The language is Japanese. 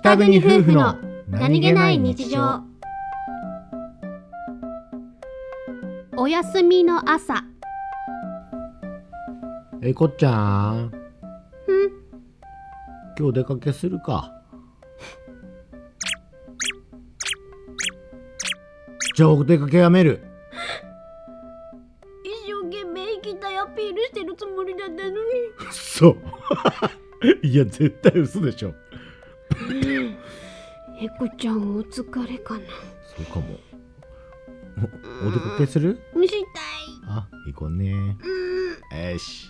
北国夫婦のお休みの朝えこっちゃんうん今日出かけするかじゃあお出かけやめる一生懸命生きたいアピールしてるつもりだったのにそう いや絶対嘘でしょえこちゃんお疲れかなそうかもおお出かけするしたいあ行こうねうんよし